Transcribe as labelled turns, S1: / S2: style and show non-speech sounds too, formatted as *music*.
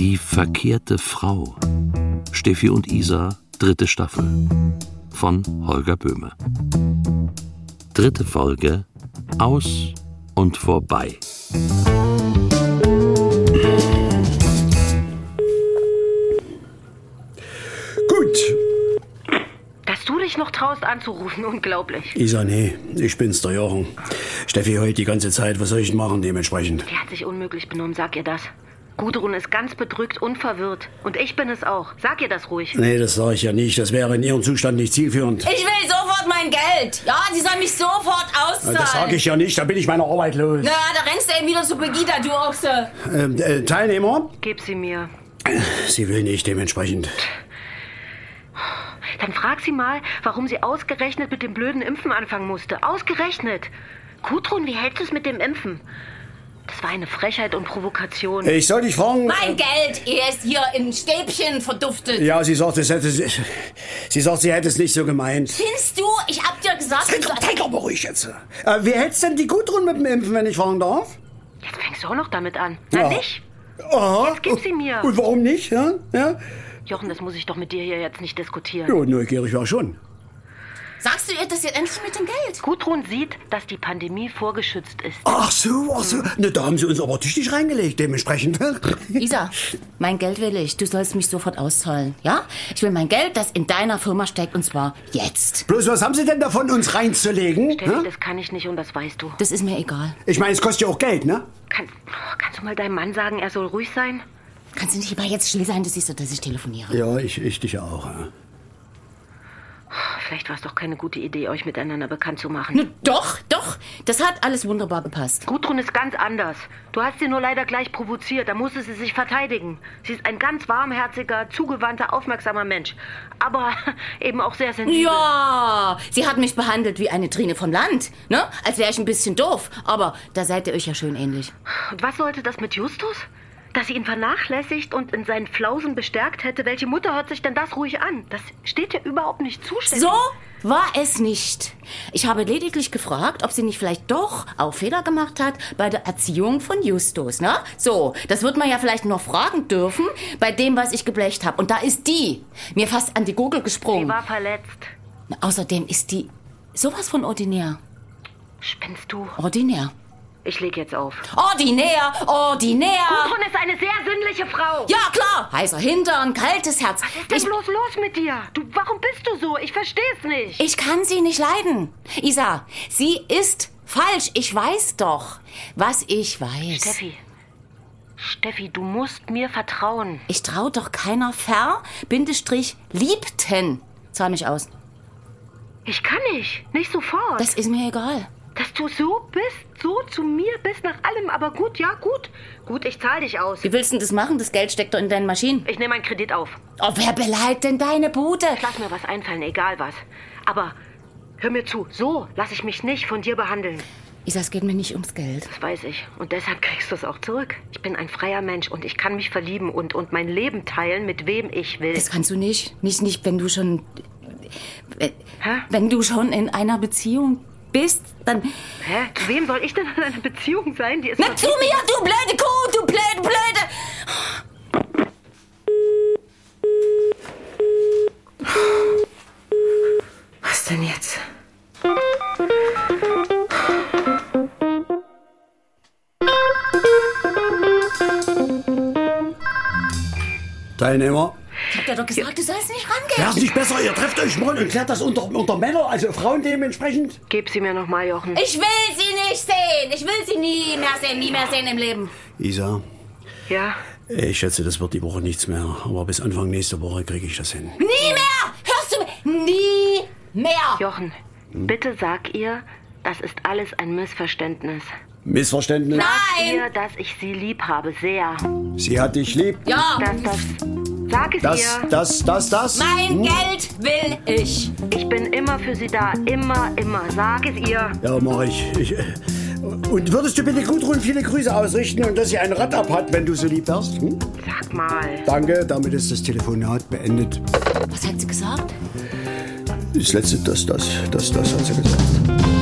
S1: Verkehrte Frau. Steffi und Isa, dritte Staffel. Von Holger Böhme. Dritte Folge. Aus und vorbei.
S2: Gut.
S3: Dass du dich noch traust anzurufen, *laughs* unglaublich.
S2: Isa, nee, ich bin's, der Jochen. Steffi heult die ganze Zeit, was soll ich denn machen dementsprechend?
S3: Die hat sich unmöglich benommen, sag ihr das. Gudrun ist ganz bedrückt und verwirrt. Und ich bin es auch. Sag ihr das ruhig.
S2: Nee, das sage ich ja nicht, das wäre in ihrem Zustand nicht zielführend.
S4: Ich will sofort mein Geld. Ja, sie soll mich sofort
S2: Äh,
S4: auszahlen.
S2: Das sage ich ja nicht, da bin ich meiner Arbeit los.
S4: Na, da rennst du eben wieder zu Pegida, du Ochse.
S2: Ähm, äh, Teilnehmer?
S3: Gib sie mir.
S2: Sie will nicht dementsprechend.
S3: Dann frag sie mal, warum sie ausgerechnet mit dem blöden Impfen anfangen musste. Ausgerechnet! Gudrun, wie hältst du es mit dem Impfen? Das war eine Frechheit und Provokation.
S2: Ich soll dich fragen.
S4: Mein Geld, ihr ist hier im Stäbchen verduftet.
S2: Ja, sie sagt, es hätte, sie sie sagt, sie hätte es nicht so gemeint.
S4: Findest du, ich hab dir gesagt,
S2: Sei
S4: du
S2: doch, sei doch mal ruhig jetzt. Äh, wie hältst denn die Gudrun mit dem Impfen, wenn ich fragen darf?
S3: Jetzt fängst du auch noch damit an. Na
S2: Ja.
S3: nicht?
S2: Aha.
S3: Jetzt gib sie mir.
S2: Und warum nicht? Ja? Ja?
S3: Jochen, das muss ich doch mit dir hier jetzt nicht diskutieren.
S2: Jo, neugierig war ich schon.
S4: sagst du ihr das jetzt endlich mit dem Geld?
S3: Gudrun sieht, dass die Pandemie vorgeschützt ist.
S2: Ach so, ach so. Na, da haben sie uns aber tüchtig reingelegt, dementsprechend. ne?
S4: Isa, mein Geld will ich. Du sollst mich sofort auszahlen, ja? Ich will mein Geld, das in deiner Firma steckt, und zwar jetzt.
S2: Bloß, was haben sie denn davon, uns reinzulegen?
S3: Steffi,
S2: Hä?
S3: das kann ich nicht und das weißt du.
S4: Das ist mir egal.
S2: Ich meine, es kostet ja auch Geld, ne?
S3: Kann, kannst du mal deinem Mann sagen, er soll ruhig sein?
S4: Kannst du nicht mal jetzt still sein? Du siehst doch, dass ich telefoniere.
S2: Ja, ich, ich dich auch. ja.
S3: Vielleicht war es doch keine gute Idee, euch miteinander bekannt zu machen.
S4: Nun, doch, doch. Das hat alles wunderbar gepasst.
S3: Gudrun ist ganz anders. Du hast sie nur leider gleich provoziert. Da musste sie sich verteidigen. Sie ist ein ganz warmherziger, zugewandter, aufmerksamer Mensch. Aber *laughs* eben auch sehr sensibel.
S4: Ja, sie hat mich behandelt wie eine Trine vom Land, ne? Als wäre ich ein bisschen doof. Aber da seid ihr euch ja schön ähnlich.
S3: Und was sollte das mit Justus? Dass sie ihn vernachlässigt und in seinen Flausen bestärkt hätte. Welche Mutter hört sich denn das ruhig an? Das steht ihr überhaupt nicht zu, Steffi.
S4: So war es nicht. Ich habe lediglich gefragt, ob sie nicht vielleicht doch auch Fehler gemacht hat bei der Erziehung von Justus, ne? So, das wird man ja vielleicht noch fragen dürfen bei dem, was ich geblecht habe. Und da ist die mir fast an die Gurgel
S3: Sie
S4: gesprungen.
S3: war verletzt.
S4: Außerdem ist die sowas von ordinär.
S3: Spinnst du?
S4: Ordinär.
S3: Ich leg jetzt auf.
S4: Ordinär, ordinär.
S3: Gudrun ist eine sehr sinnliche Frau.
S4: Ja, klar. Heißer Hintern, kaltes Herz.
S3: Was ist denn bloß los mit dir? Du, warum bist du so? Ich versteh's nicht.
S4: Ich kann sie nicht leiden. Isa, sie ist falsch. Ich weiß doch, was ich weiß.
S3: Steffi. Steffi, du musst mir vertrauen.
S4: Ich trau doch keiner ver, Bindestrich, liebten. Zahl mich aus.
S3: Ich kann nicht. Nicht sofort.
S4: Das ist mir egal.
S3: Dass du so bist, so zu mir bist nach allem. Aber gut, ja, gut. Gut, ich zahl dich aus.
S4: Wie willst du denn das machen? Das Geld steckt doch in deinen Maschinen.
S3: Ich nehme einen Kredit auf.
S4: Oh, wer beleidigt denn deine Bude?
S3: Ich lass mir was einfallen, egal was. Aber hör mir zu, so lasse ich mich nicht von dir behandeln.
S4: Isa, es geht mir nicht ums Geld.
S3: Das weiß ich. Und deshalb kriegst du es auch zurück. Ich bin ein freier Mensch und ich kann mich verlieben und, und mein Leben teilen, mit wem ich will.
S4: Das kannst du nicht. Nicht, nicht, wenn du schon... äh,
S3: Hä?
S4: Wenn du schon in einer Beziehung bist, dann...
S3: Hä? Zu wem soll ich denn in einer Beziehung sein? Die ist
S4: Na zu mir, du blöde Kuh, du blöde, blöde...
S3: Was denn jetzt?
S2: Teilnehmer.
S4: Ich hab dir doch gesagt, du sollst nicht rangehen.
S2: Wär's nicht besser, ihr trefft euch mal und klärt das unter, unter Männer, also Frauen dementsprechend?
S3: Gib sie mir nochmal, Jochen.
S4: Ich will sie nicht sehen. Ich will sie nie mehr sehen, nie mehr sehen im Leben.
S2: Isa,
S3: Ja?
S2: ich schätze, das wird die Woche nichts mehr. Aber bis Anfang nächster Woche kriege ich das hin.
S4: Nie mehr! Hörst du mich? Nie mehr!
S3: Jochen, bitte sag ihr, das ist alles ein Missverständnis.
S2: Missverständnis.
S4: Nein!
S3: Ihr, dass ich sie lieb habe, sehr.
S2: Sie hat dich lieb.
S4: Ja!
S3: Dass das. Sag es
S2: Das,
S3: ihr.
S2: das, das, das.
S4: Mein Geld will ich.
S3: Ich bin immer für sie da. Immer, immer. Sag es ihr.
S2: Ja, mach ich. ich. äh, Und würdest du bitte Gudrun viele Grüße ausrichten und dass sie ein Rad ab hat, wenn du so lieb wärst? Hm?
S3: Sag mal.
S2: Danke, damit ist das Telefonat beendet.
S4: Was hat sie gesagt?
S2: Das letzte, das, das, das, das hat sie gesagt.